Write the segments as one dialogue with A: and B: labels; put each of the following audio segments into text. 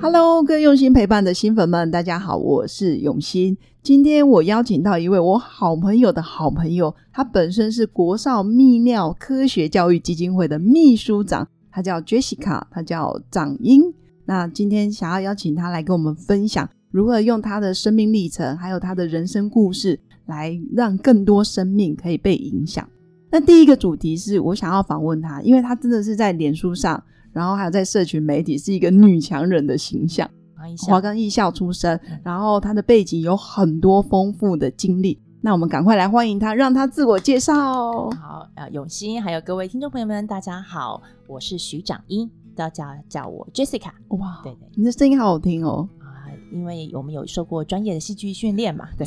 A: Hello，各位用心陪伴的新粉们，大家好，我是永新。今天我邀请到一位我好朋友的好朋友，他本身是国少泌尿科学教育基金会的秘书长，他叫 Jessica，他叫掌英。那今天想要邀请他来跟我们分享如何用他的生命历程，还有他的人生故事，来让更多生命可以被影响。那第一个主题是我想要访问他，因为他真的是在脸书上。然后还有在社群媒体是一个女强人的形象，
B: 黄一
A: 华
B: 下，
A: 冈艺校出身，
B: 嗯
A: 然后她的背景有很多丰富的经历。那我们赶快来欢迎她，让她自我介绍。
B: 好，呃，永新，还有各位听众朋友们，大家好，我是徐长英，大家叫我 Jessica。
A: 哇，
B: 对对
A: 你的声音好好听哦，
B: 啊、因为我们有受过专业的戏剧训练嘛，对，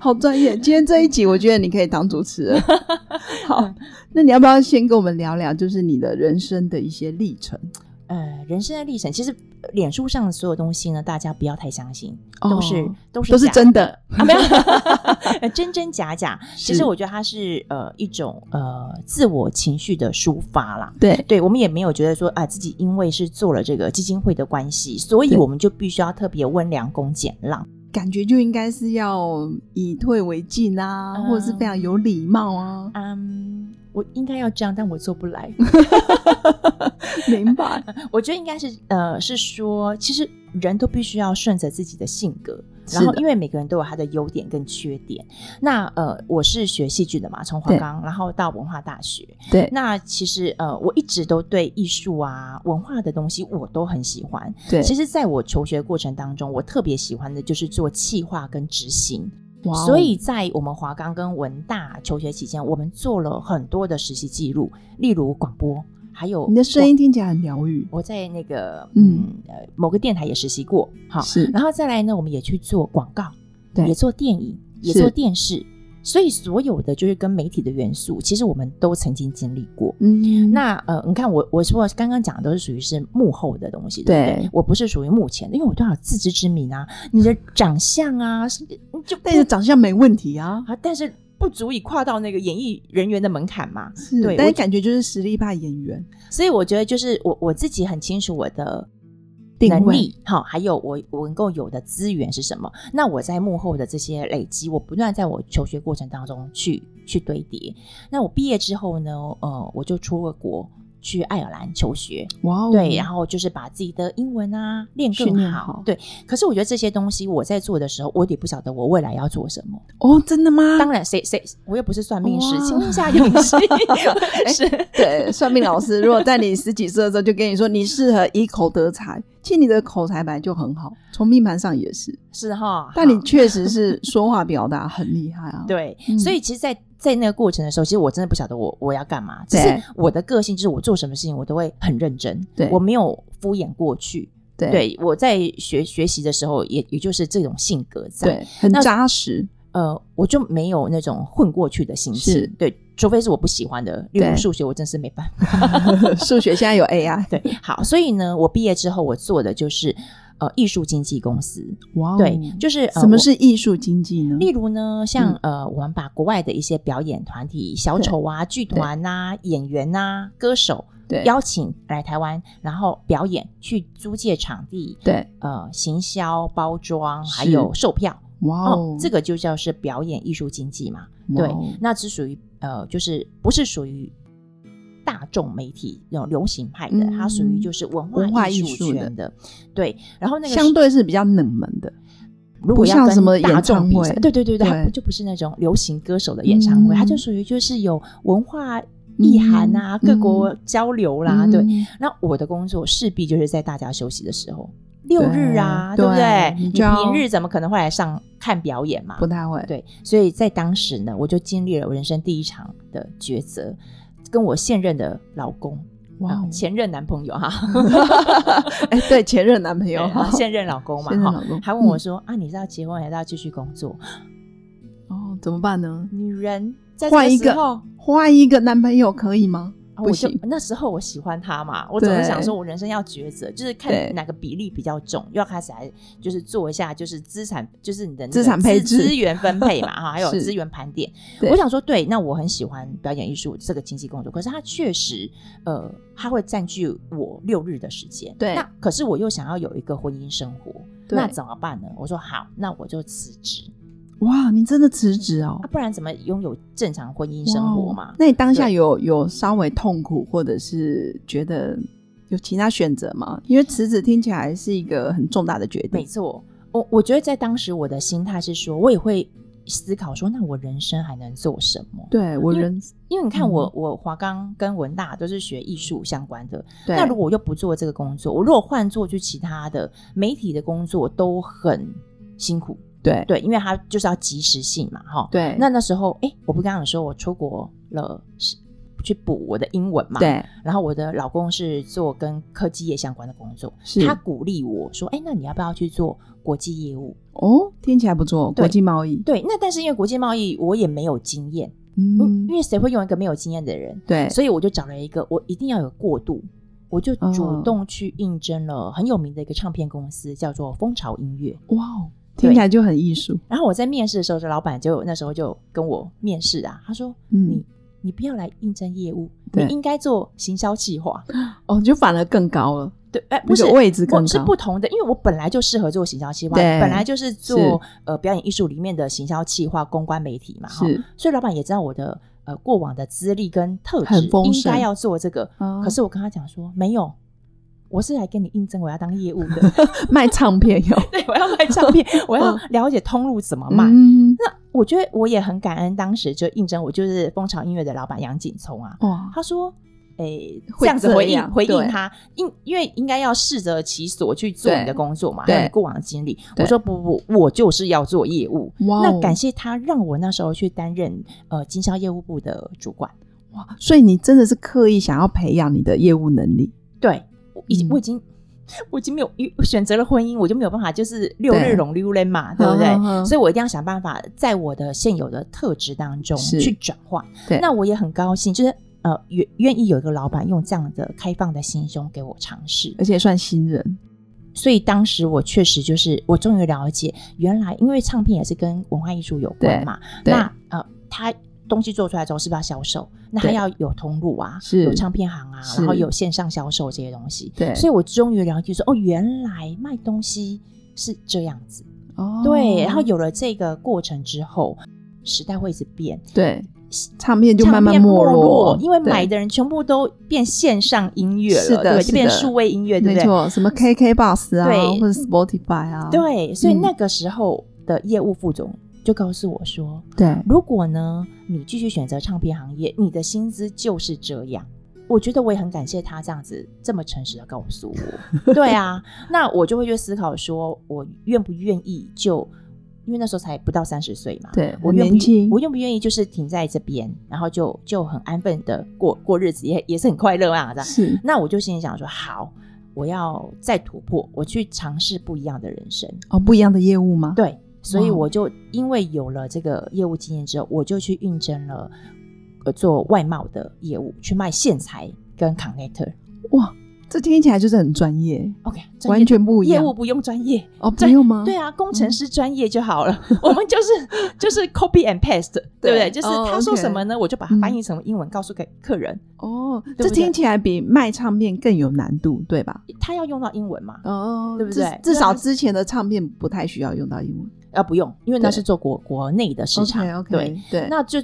A: 好专业。今天这一集，我觉得你可以当主持 人。好，
B: 嗯
A: 那你要不要先跟我们聊聊，就是你的人生的一些历程？
B: 呃，人生的历程，其实呃脸书上的所有东西呢，大家不要太相信，都是、
A: 哦
B: 都是
A: 都是
B: 假
A: 真的
B: 啊，没有 呃真真假假。其
A: 是
B: 实我觉得它是呃一种呃自我情绪的抒发啦。
A: 对，
B: 对我们也没有觉得说啊，自己因为是做了这个基金会的关系，所以
A: 对
B: 我们就必须要特别温良恭俭让。
A: 感觉就应该是要以退为进啊，
B: 嗯
A: 或者是非常有礼貌 啊。
B: 嗯，我应该要这样，但我做不来。
A: 明白，
B: 我觉得应该是呃，是说其实人都必须要顺着自己的性格。
A: 是的
B: 然后，因为每个人都有他的优点跟缺点。那呃，我是学戏剧的嘛，从华
A: 对
B: 冈，然后到文化大学。
A: 对
B: 那其实呃，我一直都对艺术啊、文化的东西我都很喜欢。
A: 对，
B: 其实，在我求学过程当中，我特别喜欢的就是做企划跟执行。
A: 哇哦
B: 所以在我们华冈跟文大求学期间，我们做了很多的实习记录，例如广播，还有
A: 你的声音听起来很疗愈，
B: 我，我在那个
A: 嗯
B: 嗯呃某个电台也实习过，好，
A: 是
B: 然后再来呢，我们也去做广告，
A: 对
B: 也做电影，也
A: 是
B: 做电视，所以所有的就是跟媒体的元素，其实我们都曾经经历过。
A: 嗯，
B: 那呃，你看我我说刚刚讲的都是属于是幕后的东西，对不
A: 对
B: 对？我不是属于幕前的，因为我都要有自知之明啊。你的长相啊，是你就
A: 但是长相没问题啊，
B: 啊，但是不足以跨到那个演艺人员的门槛嘛。
A: 是
B: 对
A: 但
B: 我
A: 是感觉就是实力派演员
B: 所以我觉得就是我我自己很清楚我的。
A: 定
B: 能
A: 位
B: 力好，还有我我能够有的资源是什么？那我在幕后的这些累积，我不断在我求学过程当中去去堆叠。那我毕业之后呢，呃，我就出了国去爱尔兰求学，
A: 哇哦，
B: 对，然后就是把自己的英文啊练
A: 训
B: 更
A: 练
B: 好
A: 好
B: 对，可是我觉得这些东西我在做的时候，我也不晓得我未来要做什么。
A: 哦，真的吗？
B: 当然谁，谁我又不是算命师，
A: 哇哎
B: 请问一下永 熙是。
A: 对，算命老 师如果在你十几岁的时候就跟你说你适合以口德才，其实你的口才本来就很好，从命盘上也是，
B: 是哈，
A: 但你
B: 好
A: 确实是说话表达很厉害 啊，
B: 对，
A: 嗯
B: 所以其实在，在那个过程的时候，其实我真的不晓得我我要干嘛。只是
A: 对
B: 我的个性就是我做什么事情我都会很认真，
A: 对
B: 我没有敷衍过去。
A: 对
B: 对，我在学学习的时候也也就是这种性格在。
A: 对，很扎 实，
B: 呃，我就没有那种混过去的心
A: 是
B: 情，对，除非是我不喜欢的，例
A: 对
B: 如数学，我真是没办法。
A: 数学现在 有 AI，
B: 对，好，所以呢，我毕业之后我做的就是呃艺术经纪公司，
A: 哇哦，
B: 对，就是、呃、
A: 什么
B: 我
A: 是艺术经济呢？
B: 例如呢，像、
A: 嗯
B: 呃，我们把国外的一些表演团体、小丑啊、剧团呐、演员呐、歌手
A: 对，
B: 邀请来台湾，然后表演，去租借场地，
A: 对，
B: 呃，行销、包装，还
A: 是
B: 有售票。
A: 哇哦，
B: 这个就叫是表演艺术经济嘛。
A: 哇
B: 对
A: 哦，
B: 那只属于呃，就是不是属于大众媒体那种流行派的，
A: 嗯
B: 它属于就是文
A: 文化
B: 化艺
A: 艺
B: 术
A: 术的
B: 圈的。对，然后那个
A: 相对是比较冷门的，
B: 如果
A: 不
B: 要
A: 像
B: 跟
A: 什么
B: 大
A: 演
B: 众
A: 唱
B: 比
A: 会
B: 赛对对对对，它
A: 对
B: 就不是那种流行歌手的演唱会，它就
A: 嗯
B: 属于就是有文化意涵啊，
A: 嗯
B: 各国交流啦，
A: 嗯
B: 对。那我的工作势必就是在大家休息的时候，六日啊，
A: 对
B: 不对？
A: 你
B: 你
A: 就要
B: 平日怎么可能会来上看表演嘛
A: 不？太会，
B: 对，所以在当时呢，我就经历了我人生第一场的抉择，跟我现任的老公
A: 哇
B: 啊
A: 哦，
B: 前任男朋友 哈， 啊
A: 哎，对，前任男朋友，
B: 对现任老公嘛
A: 现任
B: 哈
A: 老公，
B: 还问我说啊，你是要结婚还是要继续工作？
A: 哦，哦，怎么办呢？
B: 女人在
A: 换一
B: 这
A: 个
B: 时候，
A: 换一个男朋友可以吗？
B: 啊
A: 不
B: 我就
A: 行
B: 那时候我喜欢他嘛，我总是
A: 对
B: 想说，我人生要抉择，就是
A: 对
B: 看哪个比例比较重，要开始来就是做一下，就是资产，就是你的那个
A: 资产配置
B: 资资源分配 嘛，哈，还有
A: 是
B: 资源盘点。
A: 对
B: 我想说，对，那我很喜欢表演艺术这个经济工作，可是它确实，呃，它会占据我六日的时间。
A: 对
B: 那可是我又想要有一个婚姻生活，
A: 对
B: 那怎么办呢？我说好，那我就辞职，
A: 哇，你真的辞职哦
B: 啊，？不然怎么拥有正常婚姻生活
A: 哇哦
B: 嘛？
A: 那你当下
B: 对
A: 有有稍微痛苦，或者是觉得有其他选择吗？因为辞职听起来是一个很重大的决
B: 没
A: 定。
B: 错，我我觉得在当时我的心态是说，我也会思考说，那我人生还能做什么？
A: 对我
B: 因为
A: 人
B: 因为你看
A: 嗯
B: 我，我华冈跟文大都是学艺术相关的，
A: 对
B: 那如果我又不做这个工作，我如果换做去其他的媒体的工作，都很辛苦。
A: 对
B: 对，因为它就是要及时性嘛，哈。
A: 对
B: 那那时候，哎，我不刚刚有说我出国了，是去补我的英文嘛？。
A: 对
B: 然后我的老公是做跟科技业相关的工作，
A: 是
B: 他鼓励我说：“哎，那你要不要去做国际业务
A: 哦，听起来不错，
B: 对
A: 国际贸易？”。
B: 对，那但是因为国际贸易我也没有经验，
A: 嗯
B: 因，为谁会用一个没有经验的人？
A: 对，
B: 所以我就找了一个，我一定要有过渡，我就
A: 哦
B: 主动去应征了很有名的一个唱片公司，叫做蜂巢音乐。
A: 哇哦，听起来就很艺术。
B: 然后我在面试的时候，这老板就那时候就跟我面试啊，他说：“
A: 嗯
B: 你你不要来应征业务，你
A: 对
B: 应该做行销企划。
A: 哦，就反而更高了。”
B: 对，哎，
A: 那
B: 不是
A: 个位置更
B: 我是
A: 高
B: 不同的，因为我本来就适合做行销企划，
A: 对
B: 本来就是
A: 是
B: 做呃表演艺术里面的行销企划、公关媒体嘛，哈，
A: 是
B: 所以老板也知道我的呃过往的资历跟特质
A: 很丰，
B: 应该
A: 盛
B: 要做这个。
A: 哦
B: 可是我跟他讲说，没有，我是来跟你应征，我要当业务 的，
A: 卖唱片 哟，
B: 对，我要卖唱片，我要了解通路怎么卖。
A: 嗯
B: 那我觉得我也很感恩，当时就应征我就是蜂巢音乐的老板杨景聪啊，
A: 哇，
B: 他说：“诶、
A: 会
B: 这样子回
A: 这
B: 应
A: 样
B: 回应
A: 对
B: 他，因因为应该要适得其所去做
A: 对
B: 你的工作嘛，
A: 对
B: 还有你过往的经历。”我
A: 对
B: 说：“不不不，我就是要做业务。”
A: 哇哦
B: 那感谢他让我那时候去担任呃经销业务部的主管。
A: 哇，所以你真的是刻意想要培养你的业务能力。
B: 对，我已经、
A: 嗯
B: 我已经。我已经没有因为选择了婚姻，我就没有办法，就是六日
A: 对
B: 拢溜人嘛，对不对
A: 嗯嗯？嗯
B: 所以我一定要想办法，在我的现有的特质当中
A: 是
B: 去转换。
A: 对
B: 那我也很高兴，就是呃，愿愿意有一个老板用这样的开放的心胸给我尝试。
A: 而且算新人，
B: 所以当时我确实就是，我终于了解，原来因为唱片也是跟文化艺术有关嘛，
A: 对对
B: 那呃，它东西做出来之后是不是要销售？那它
A: 对
B: 要有通路啊，
A: 是
B: 有唱片行啊，
A: 是
B: 然后有线上销售这些东西。
A: 对
B: 所以我终于了解说，哦，原来卖东西是这样子。
A: 哦
B: 对，然后有了这个过程之后，时代会一直变，
A: 对唱片就慢慢
B: 唱片没
A: 落，
B: 因为
A: 对
B: 买的人全部都变线上音乐了，
A: 是的
B: 对，
A: 是
B: 就变
A: 的
B: 数位音乐，
A: 没
B: 对不对？
A: 错，什么 KK Bus 啊，
B: 对
A: 或者 Spotify 啊，
B: 对，所以
A: 嗯
B: 那个时候的业务副总就告诉我说，
A: 对
B: 如果呢你继续选择唱片行业，你的薪资就是这样。我觉得我也很感谢他这样子这么诚实的告诉 我。对啊，那我就会去思考说，我愿不愿意就。因为那时候才不到三十岁嘛，
A: 对
B: 我
A: 很
B: 愿不
A: 年轻
B: 我愿不愿意就是停在这边，然后就就很安分的过过日子，也也是很快乐啊，这样。
A: 是
B: 那我就心里想说，好，我要再突破，我去尝试不一样的人生。
A: 哦，不一样的业务吗？
B: 对，所以
A: 哇
B: 我就因为有了这个业务经验之后，我就去应征了呃做外贸的业务，去卖线材跟 connector。
A: 哇，这听起来就是很专业，
B: OK，专业
A: 完全不一
B: 业
A: 样
B: 务不用专业。
A: 哦，不用吗？
B: 对啊，工程师专业就好 了。我们就是就是 copy and paste，对嗯不
A: 对
B: 对？就是
A: 哦
B: 他说
A: OK
B: 什么呢，我就把它翻译成英文，告诉给客人。
A: 哦，
B: 对
A: 这
B: 不对
A: 听起来比卖唱片更有难度，对吧？
B: 他要用到英文嘛？
A: 哦
B: 对不对
A: 至
B: 对
A: 至
B: 啊
A: 少之前的唱片不太需要用到英文
B: 啊，不用，因为那
A: 对
B: 是做国国内的市场。
A: OK，
B: 对，
A: 对，
B: 那就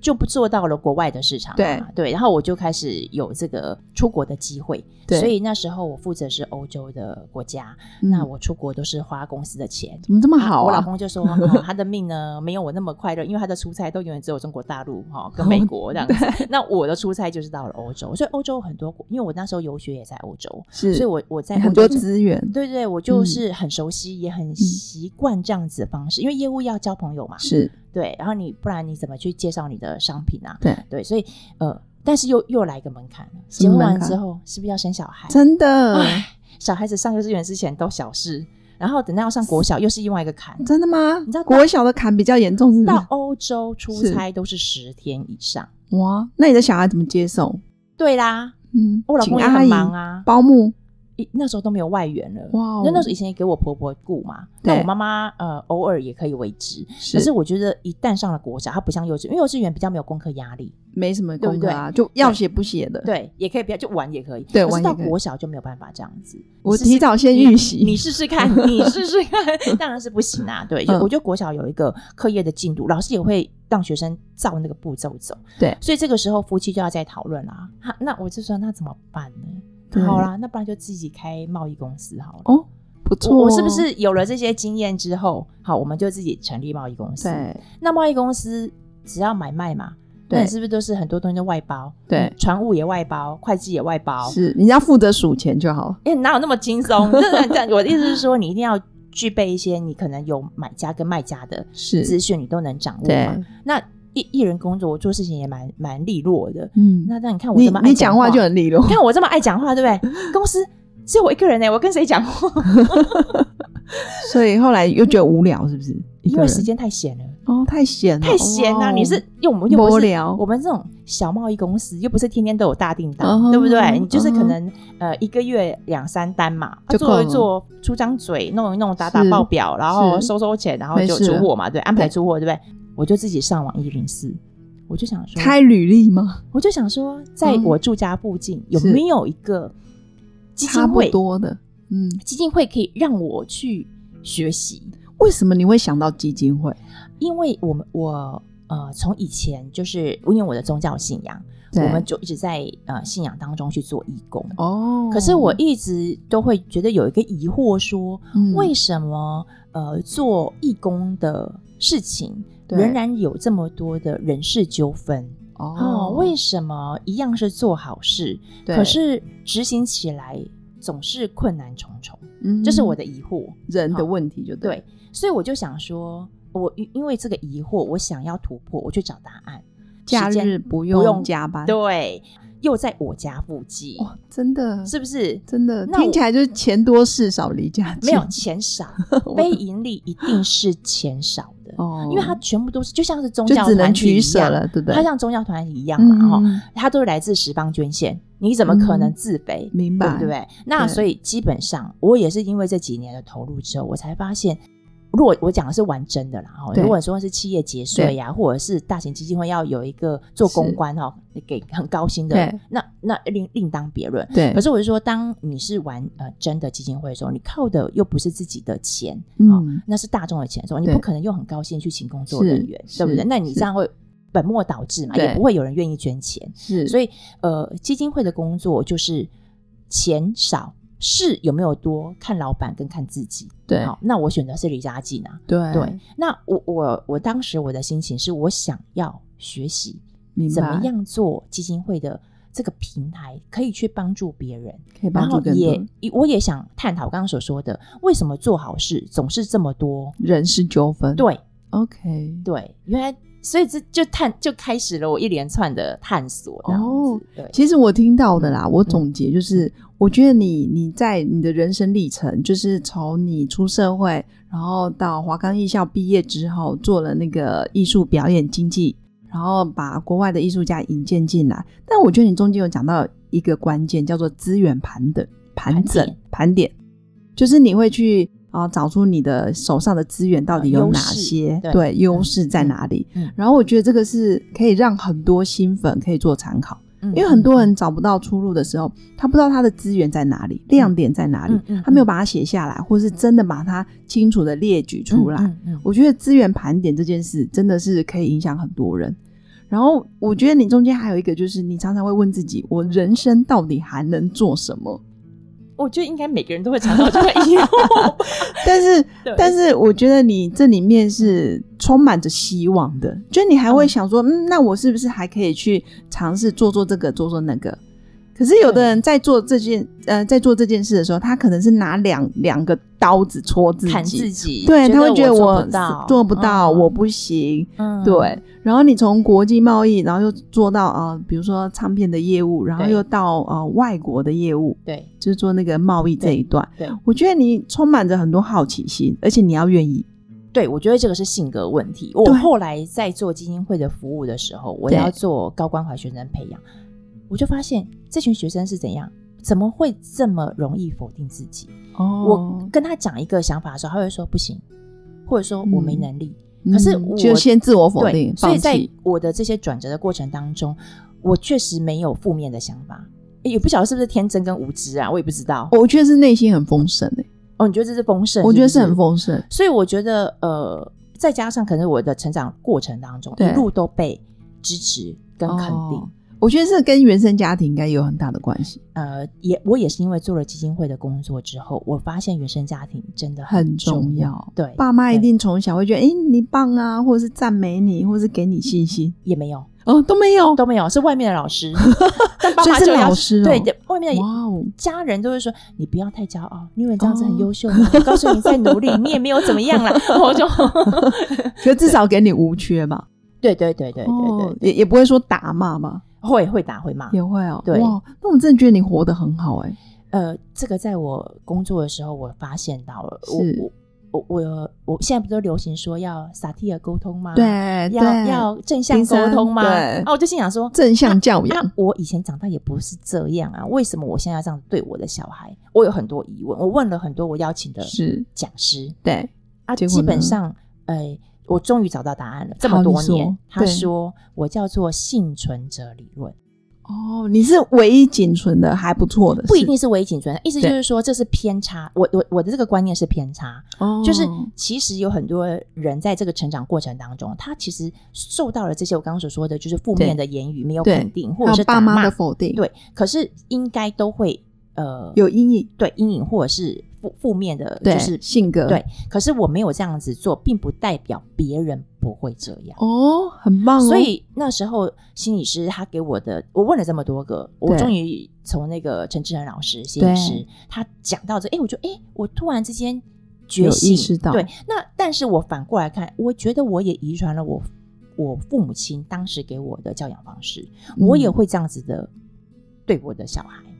B: 就不做到了国外的市场嘛，
A: 对
B: 对，然后我就开始有这个出国的机会，
A: 对
B: 所以那时候我负责是欧洲的国家，
A: 嗯
B: 那我出国都是花公司的钱。
A: 怎么这么好
B: 我
A: 啊？
B: 老公就说、哦他的命呢没有我那么快乐，因为他的出差都永远只有中国大陆哈、哦跟美国这样子。那我的出差就是到了欧洲，所以欧洲很多国，因为我那时候游学也在欧洲，
A: 是，
B: 所以我我在
A: 很
B: 欧
A: 多
B: 洲就
A: 资嗯源，
B: 对对，我就是很熟悉，也很习惯这样子的方式，因为业务要交朋友嘛，
A: 是
B: 对，然后你不然你怎么去介绍你的商品啊？
A: 对，
B: 对，所以呃，但是又又来一个门槛了，
A: 什
B: 结
A: 么
B: 婚
A: 门
B: 完
A: 槛
B: 之后是不是要生小孩？
A: 真的
B: 唉小孩子上幼稚园之前都小事，然后等到要上国小又是另外一个坎。
A: 真的吗？
B: 你知道
A: 国小的坎比较严重是不
B: 到
A: 是？
B: 欧洲出
A: 是
B: 差都是十天以上。
A: 哇，那你的小孩怎么接受？
B: 对啦，
A: 嗯，
B: 我老
A: 请
B: 公也
A: 阿
B: 很
A: 姨
B: 忙啊，
A: 保姆
B: 一那时候都没有外援了。
A: 哇哦
B: 那那时候以前也给我婆婆雇嘛，那
A: 对
B: 我妈妈呃偶尔也可以为之。
A: 是
B: 可是我觉得一旦上了国小，她不像幼稚，因为幼稚园比较没有功课压力，
A: 没什么
B: 对不
A: 功课啊，就要写不写的。
B: 对，也可以不要就玩也可以。
A: 对
B: 可
A: 玩
B: 是
A: 也
B: 到
A: 可以
B: 国小就没有办法这样子。
A: 我
B: 你试试
A: 提早先
B: 你
A: 预习
B: 你试试 看，你试试看，当然是不行啊。对，就
A: 嗯
B: 我觉得国小有一个课业的进度，老师也会让学生照那个步骤走。
A: 对
B: 所以这个时候夫妻就要再讨论啦。哈那我就说那怎么办
A: 对
B: 呢？好啦，那不然就自己开贸易公司好了。
A: 哦，不错哦，
B: 我我是不是有了这些经验之后，好，我们就自己成立贸易公司？
A: 对
B: 那贸易公司只要买卖嘛，那
A: 对
B: 你是不是都是很多东西都外包？
A: 对
B: 嗯，船务也外包，会计也外包。
A: 是你要负责数钱就好了？
B: 哎、哪有那么轻松？ 真的，真的我的意思是说，你一定要具备一些你可能有买家跟卖家的资
A: 是，
B: 讯，你都能掌握
A: 对
B: 嘛。，那一一人工作，我做事情也蛮蛮利落的。
A: 嗯，
B: 那那你看我
A: 你
B: 这么爱
A: 你讲话
B: 话
A: 就很利落
B: 你，看我这么爱讲话，对不对？ 公司只有我一个人呢、欸我跟谁讲话？
A: 所以后来又觉得无聊，是不是？一
B: 因
A: 个
B: 为
A: 人
B: 时间太闲了。
A: 哦太闲了，
B: 太闲啦、
A: 哇哦
B: 你是因为我们又不
A: 无
B: 是
A: 聊
B: 我们这种小贸易公司，又不是天天都有大订单
A: 嗯哼
B: 对不对？你就是可
A: 嗯哼
B: 能、呃一个月两三单嘛，啊
A: 就够
B: 做一
A: 了
B: 做，出张嘴，弄一弄，打打
A: 是
B: 报表，然后
A: 是
B: 收收钱，然后
A: 没
B: 就
A: 事
B: 出
A: 了
B: 货嘛，对，安排
A: 对
B: 出货，对不对？我就自己上网一零四，我就想说，
A: 开履历吗？
B: 我就想说，在
A: 嗯
B: 我住家附近、有
A: 是
B: 没有一个基
A: 差
B: 金
A: 不
B: 会？
A: 多的，嗯，
B: 基金会可以让我去学习，
A: 为什么你会想到基金会？
B: 因为我们我呃从以前就是因为我的宗教信仰，
A: 对
B: 我们就一直在呃信仰当中去做义工。
A: 哦，
B: 可是我一直都会觉得有一个疑惑说，
A: 嗯
B: 为什么呃做义工的事情
A: 对
B: 仍然有这么多的人事纠纷？哦，为什么一样是做好事，
A: 对
B: 可是执行起来总是困难重重？
A: 嗯
B: 这是我的疑惑。
A: 人的问题，就对
B: 对，所以我就想说，我因因为这个疑惑，我想要突破，我去找答案。
A: 假
B: 时间
A: 日不
B: 不用
A: 用加班，
B: 对，又在我家附近，
A: 哇，真的
B: 是不是？
A: 真的
B: 那我
A: 听起来就是钱多事少离家近，
B: 没有钱 少，非盈利一定是钱少的，
A: 哦，
B: 因为它全部都是就像是宗
A: 就
B: 教
A: 只能
B: 团体
A: 取
B: 一
A: 舍
B: 样，
A: 了，对不对？
B: 它像宗教团体一样嘛，哦
A: 嗯
B: 哈、它都是来自十方捐献，你怎么可能自肥？
A: 明
B: 对
A: 白，
B: 不对？那
A: 对
B: 所以基本上，我也是因为这几年的投入之后，我才发现，如果我讲的是玩真的啦，哈，
A: 对
B: 如果说是企业节税呀、或者是大型基金会要有一个做公关哈，给很高薪
A: 对
B: 的，那那另另当别论。
A: 对？
B: 可是我是说，当你是玩呃真的基金会的时候，你靠的又不是自己的钱，
A: 嗯
B: 哦，那是大众的钱的时候，你
A: 对
B: 不可能又很高兴去请工作人员，
A: 是
B: 对不对？
A: 是
B: 那你
A: 是
B: 这样会本末倒置嘛，
A: 对
B: 也不会有人愿意捐钱。
A: 是，
B: 所
A: 以
B: 以呃，基金会的工作就是钱少事有没有多，看老板跟看自己。
A: 对
B: 好，那我选择是离家近啊。
A: 对
B: 对，，那我我我当时我的心情是我想要学习
A: 明白
B: 怎么样做基金会的这个平台，可以去帮助别人，
A: 可以帮
B: 然
A: 助
B: 后
A: 更
B: 也
A: 多
B: 我也想探讨刚刚所说的，为什么做好事总是这么多？
A: 人事纠纷，
B: 对
A: ，OK，
B: 对，原来所以这就探就开始了我一连串的探索。这样
A: 哦
B: 子，对。
A: 其实我听到的啦，
B: 嗯
A: 我总结就是，我觉得你你在你的人生历程，就是从你出社会，然后到华冈艺校毕业之后，做了那个艺术表演经济，然后把国外的艺术家引荐进来。但我觉得你中间有讲到一个关键，叫做资源盘等、盘整、盘点，就是你会去。啊，找出你的手上的资源到底
B: 呃
A: 有
B: 优
A: 哪
B: 势
A: 些？
B: 对
A: 对，优势在哪里？
B: 嗯
A: 然后我觉得这个是可以让很多新粉可以做参考。
B: 因
A: 因为很多人找不到出路的时候，他不知道他的资源在哪里，亮点在哪里，
B: 嗯嗯嗯
A: 他没有把它写下来，或是真的把它清楚的列举出来。
B: 嗯嗯嗯
A: 我觉得资源盘点这件事真的是可以影响很多人。然后我觉得你中间还有一个就是，你常常会问自己，我人生到底还能做什么？
B: 我觉得应该每个人都会尝到这个 疑惑。
A: 但是
B: 对，
A: 但是我觉得你这里面是充满着希望的，嗯就你还会想说，嗯，那我是不是还可以去尝试做做这个，做做那个？可是有的人在做这件呃，在做这件事的时候，他可能是拿两两个刀子戳自
B: 砍
A: 己，
B: 自己，
A: 对，他会觉
B: 觉
A: 得
B: 我
A: 我
B: 做不到，
A: 做不到，
B: 嗯
A: 我不行。
B: 嗯
A: 对，然后你从国际贸易，然后又做到啊、呃比如说唱片的业务，然后
B: 对
A: 又到呃外国的业务，
B: 对
A: 就是做那个贸易这一段。
B: 对
A: 我觉得你充满着很多好奇心，而且你要愿意。
B: 对，我觉得这个是性格问题。我
A: 对
B: 后来在做基金会的服务的时候，我
A: 对
B: 要做高关怀学生培养，我就发现这群学生是怎样，怎么会这么容易否定自己？我
A: 哦，
B: 跟他讲一个想法的时候，他会说不行，或者说我没
A: 嗯
B: 能力。
A: 我
B: 可是我
A: 就先自我否定
B: 对，，所
A: 放
B: 以在
A: 弃。
B: 我的这些转折的过程当中，我确实没有负面的想法，诶也不晓得是不是天真跟无知啊，我也不知道。
A: 我觉得是内心很丰盛诶、
B: 哦，你觉得这是丰盛？
A: 我觉得
B: 是
A: 是
B: 不
A: 很丰盛。
B: 所以我觉得，呃，再加上可能我的成长过程当中，
A: 对
B: 一路都被支持跟肯定。
A: 哦我觉得这跟原生家庭应该有很大的关系，
B: 呃，也我也是因为做了基金会的工作之后，我发现原生家庭真的
A: 很
B: 重
A: 重。要。
B: 对，
A: 爸妈一
B: 对
A: 定从小会觉得，哎、你棒啊，或者是赞美你，或者是给你信心，
B: 也没有
A: 哦，都没有，
B: 嗯都没有，是外面的老 师，但爸
A: 所以
B: 妈
A: 是
B: 就要
A: 老师哦
B: 对，外面的
A: 哇哦，
B: 家人都会说你不要太骄傲，你以为这样子很优秀
A: 哦
B: 吗？我告诉你，再努力，你也没有怎么 样啦。我就
A: 可至少给你无缺嘛，
B: 对对对对对对
A: 哦，也也不会说打骂嘛，
B: 会会打会骂。
A: 也会哦，
B: 对
A: 哇，那我真的觉得你活得很好哎、
B: 呃，这个在我工作的时候，我发现到了，
A: 是
B: 我我我我我现在不都流行说要撒提尔沟通吗？，
A: 对
B: 要
A: 对，
B: 要正向
A: 提
B: 沟
A: 升
B: 通吗？
A: 对
B: 啊，我就心想说，
A: 正向教养，
B: 啊，我以前长大也不是这样啊，为什么我现在要这样对我的小孩？我有很多疑问，我问了很多我邀请的
A: 是
B: 讲师
A: 对，
B: 啊，
A: 结果
B: 基本
A: 呢
B: 上，呃，我终于找到答案了，这么
A: 好
B: 多
A: 你说
B: 年，他
A: 对
B: 说我叫做幸存者理论。
A: 哦，你是唯一仅存的还不错的，
B: 不一定是唯仅存，意思就
A: 对
B: 是说这是偏差。我我我的这个观念是偏差，
A: 哦，
B: 就是其实有很多人在这个成长过程当中，他其实受到了这些我刚刚所说的，就是负面的言语没有
A: 对
B: 肯定，或
A: 还有
B: 者是
A: 爸
B: 打
A: 妈
B: 骂
A: 的，否定，，
B: 对。可是应该都会呃
A: 有阴影，
B: 对阴影或者是负负面的，
A: 对，
B: 就是
A: 性格，
B: 对。可是我没有这样子做，并不代表别人不会这样。
A: 哦，很棒哦，
B: 所以那时候心理师他给我的，我问了这么多个，我
A: 对
B: 终于从那个陈志恒老师心理师
A: 对
B: 他讲到这，哎，我就哎，诶我突然之间
A: 有
B: 觉
A: 意
B: 醒，
A: 识到
B: 对。那但是我反过来看，我觉得我也遗传了我我父母亲当时给我的教养方式，我也
A: 嗯
B: 会这样子的对我的小孩，
A: 嗯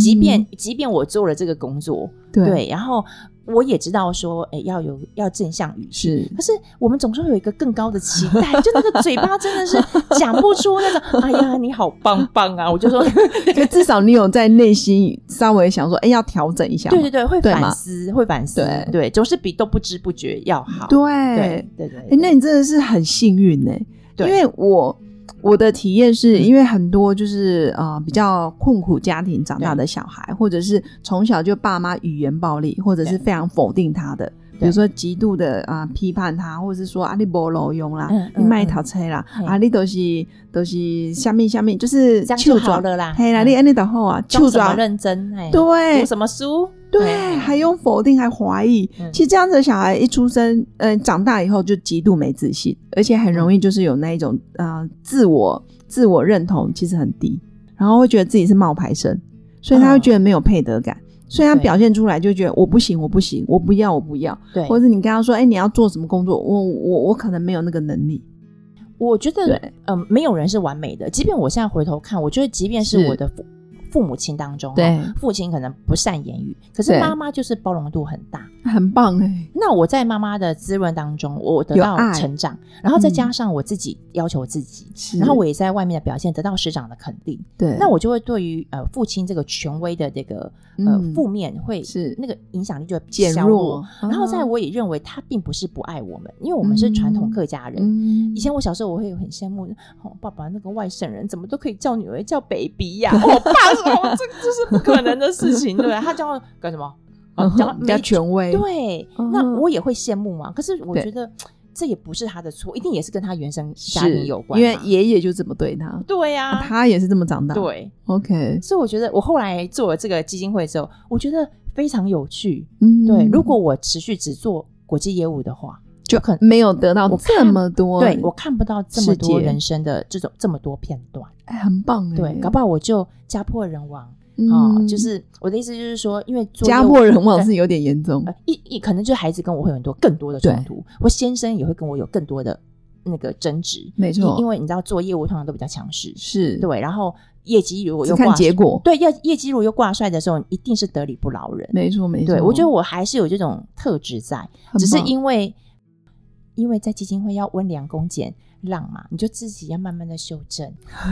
B: 即便即便我做了这个工作，
A: 对
B: 对，然后我也知道说，哎，要有要正向语气。
A: 是
B: 可是我们总是会有一个更高的期待，就那个嘴巴真的是讲不出 那种，哎呀，你好棒棒啊！我就说，
A: 就至少你有在内心稍微想说，哎、要调整一下嘛。
B: 对对对，会
A: 对嘛
B: 反思，会反思，
A: 对
B: 对，总是比都不知不觉要好。
A: 对
B: 对对对
A: 哎、那你真的是很幸运呢、
B: 对嗯
A: 因为我我的体验是因为很多就是呃比较困苦家庭长大的小孩，或者是从小就爸妈语言暴力，或者是
B: 对
A: 非常否定他的，比如说极度的啊、呃批判他，或者是说啊你不路用啦，
B: 嗯
A: 你卖
B: 嗯
A: 头车啦，
B: 嗯
A: 啊你都、是都、是下面下面就是
B: 这样就好
A: 手抓，
B: 了啦。
A: 嘿啦你
B: 嗯
A: 安尼就好啊，
B: 装
A: 手
B: 什么
A: 抓
B: 认真？哎，
A: 对
B: 读什么书？
A: 对，
B: 哎
A: 还用否定，还怀疑。
B: 嗯
A: 其实这样子的小孩一出生，嗯、长大以后就极度没自信，而且很
B: 嗯
A: 容易就是有那一种呃自我自我认同其实很低，然后会觉得自己是冒牌生，所以他会
B: 嗯
A: 觉得没有配得感。所以他
B: 对
A: 表现出来就觉得我不行，我不行，我不要，我不要，
B: 对，
A: 或者你跟他说，哎、你要做什么工作？我我我可能没有那个能力。
B: 我觉得
A: 对，
B: 嗯，没有人是完美的。即便我现在回头看，我觉得即便是
A: 是
B: 我的父父母亲当中，啊
A: 对，
B: 父亲可能不善言语，可是
A: 对
B: 妈妈就是包容度很大。
A: 很棒哎、
B: 那我在妈妈的滋润当中，我得到
A: 有爱嗯
B: 成长，然后再加上我自己要求自己，
A: 是
B: 然后我也在外面的表现得到师长的肯定，
A: 对，
B: 那我就会对于呃父亲这个权威的这个呃
A: 嗯
B: 负面会
A: 是
B: 那个影响力就会
A: 减
B: 削
A: 弱
B: 弱。，然后在
A: 啊
B: 我也认为他并不是不爱我们，因为我们是传统客家人，
A: 嗯
B: 以前我小时候，我会很羡慕，哦，爸爸那个外省人怎么都可以叫女儿叫 baby 呀、我、爸说、哦、这这是不可能的事情，对吧？他叫干什么？哦讲到
A: 比较
B: 没
A: 权威，
B: 对，那
A: 嗯
B: 我也会羡慕嘛。可是我
A: 对
B: 觉得这也不是他的错，一定也是跟他原生家庭有关
A: 因
B: 嘛，
A: 为爷爷就这么对他，
B: 对呀、
A: 他也是这么长大。
B: 对。
A: ，OK，
B: 所以我觉得我后来做了这个基金会之后，我觉得非常有趣。
A: 嗯
B: 对，如果我持续只做国际业务的话，
A: 就
B: 可
A: 没有得到
B: 我
A: 这
B: 看
A: 么多，
B: 对我看不到这么
A: 世
B: 多
A: 界
B: 人生的这种这么多片段，
A: 哎，很棒哎，
B: 对，搞不好我就家破人亡啊、
A: 嗯，
B: 就是我的意思就是说，因为做
A: 家
B: 幼
A: 破人
B: 对
A: 亡是有点严重
B: 呃，一一可能就孩子跟我会有很多更多的冲突，我先生也会跟我有更多的那个争执，
A: 没错
B: 因因为你知道做业务通常都比较强势，
A: 是，
B: 对，然后业绩如果
A: 只
B: 又
A: 看
B: 挂
A: 结果，
B: 对，业业绩如果又挂帅的时候，一定是得理不饶人。
A: 没错没错，
B: 对，我觉得我还是有这种特质在，
A: 很
B: 只是
A: 棒
B: 因为因为在基金会要温良恭俭让嘛，你就自己要慢慢的修 正。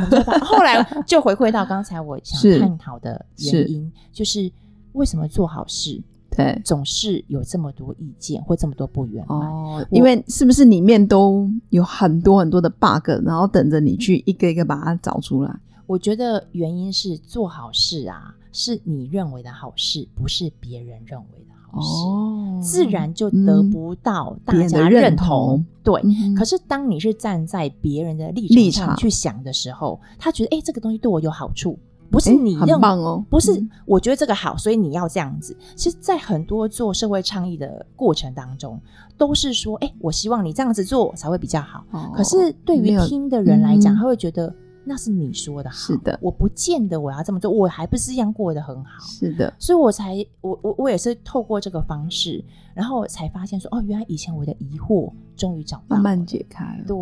B: 我就把后来就回馈到刚才我想
A: 是
B: 探讨的
A: 是
B: 原因，就是为什么做好事
A: 对
B: 总是有这么多意见或这么多不圆满。
A: 哦，
B: 哎我
A: 因为是不是里面都有很多很多的 bug，然后等着你去一个一个把它找出来？
B: 我觉得原因是做好事啊，是你认为的好事，不是别人认为的好事。
A: 哦
B: 自然就得
A: 嗯
B: 不到
A: 别
B: 大
A: 人的
B: 家
A: 认
B: 认
A: 同
B: 对，
A: 嗯哼
B: 可是当你是站在别人的立
A: 立
B: 场上
A: 场
B: 去想的时候，他觉得哎、诶这个东西对我有好处，不是
A: 诶
B: 你
A: 很
B: 认
A: 棒哦
B: 不是
A: 嗯
B: 我觉得这个好，所以你要这样子。其实，在很多做社会倡议的过程当中，都是说哎、诶我希望你这样子做才会比较好。
A: 哦
B: 可是对
A: 没
B: 于
A: 有
B: 听的人来讲，
A: 嗯
B: 他会觉得那是你说的好，
A: 是的
B: 我不见得我要这么做，我还不是一样过得很好。
A: 是的，
B: 所以我才我我我也是透过这个方式，然后才发现说，哦，原来以前我的疑惑终于找到了
A: 慢慢解开了。
B: 对，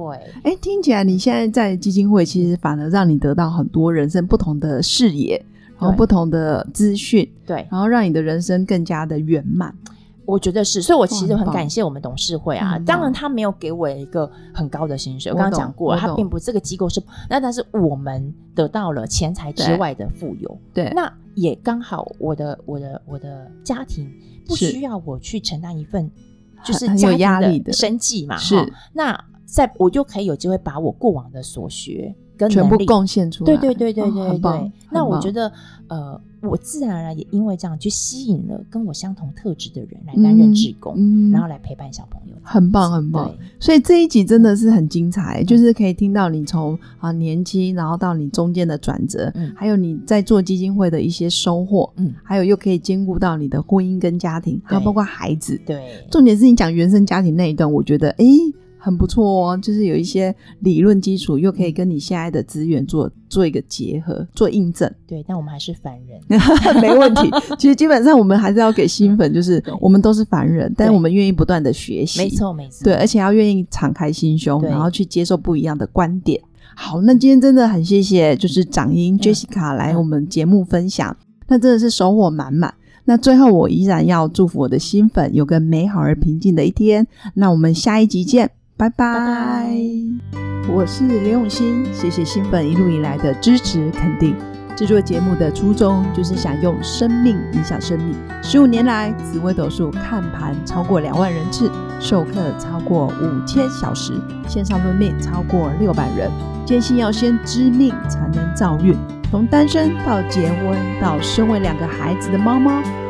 A: 哎，听起来你现在在基金会，其实反而让你得到很多人生不同的视野，然后
B: 对
A: 不同的资讯，
B: 对，
A: 然后让你的人生更加的圆满。
B: 我觉得是，所以我其实
A: 哇
B: 很
A: 很棒
B: 感谢我们董事会啊。
A: 嗯
B: 当然，他没有给我一个很高的薪水，我
A: 我
B: 刚刚
A: 懂
B: 讲过，
A: 我
B: 他
A: 懂
B: 并不这个机构是那，但是我们得到了钱财之
A: 对
B: 外的富有，
A: 对
B: 那也刚好我的我的我的家庭不
A: 是
B: 需要我去承担一份就是
A: 很很
B: 家
A: 有
B: 庭
A: 压力
B: 的
A: 的
B: 生计嘛，
A: 是
B: 哈那在我就可以有机会把我过往的所学跟
A: 全部
B: 能力
A: 贡献出来，
B: 对对对对
A: 哦
B: 对对
A: 很棒
B: 那
A: 很
B: 我
A: 棒
B: 觉得，呃，我自然而然也因为这样去吸引了跟我相同特质的人来担任
A: 嗯
B: 志工，
A: 嗯
B: 然后来陪伴小朋友。
A: 很棒很棒
B: 对。
A: 所以这一集真的是很精彩，就是可以听到你从啊、年轻，然后到你中间的转折，
B: 嗯
A: 还有你在做基金会的一些收获，
B: 嗯，
A: 还有又可以兼顾到你的婚姻跟家庭，还有
B: 对
A: 包括孩子。
B: 对，
A: 重点是你讲原生家庭那一段，我觉得诶很不错哦，就是有一些理论基础，又可以跟你现在的资源做做一个结合，做印证。
B: 对，但我们还是凡人。
A: 没问 题。其实基本上我们还是要给新粉，就是我们都是凡人，但
B: 对
A: 我们愿意不断的学习。
B: 没。错，没错。
A: 对，而且要愿意敞开心胸，
B: 对
A: 然后去接受不一样的观点。好，那今天真的很谢谢，就是掌
B: 嗯
A: 音 Jessica 来我们节目分享，那真的是收获满满。那最后，我依然要祝福我的新粉有个美好而平静的一天。那我们下一集见，拜拜。
B: 拜
A: 我是刘永新，谢谢新粉一路以来的支持肯定。制作节目的初衷就是想用生命影响生命。十五年来，紫微斗数看盘超过两万人次，授课超过五千小时，线上论命超过六百人。坚信要先知命才能造运，从单身到结婚，到身为两个孩子的猫猫，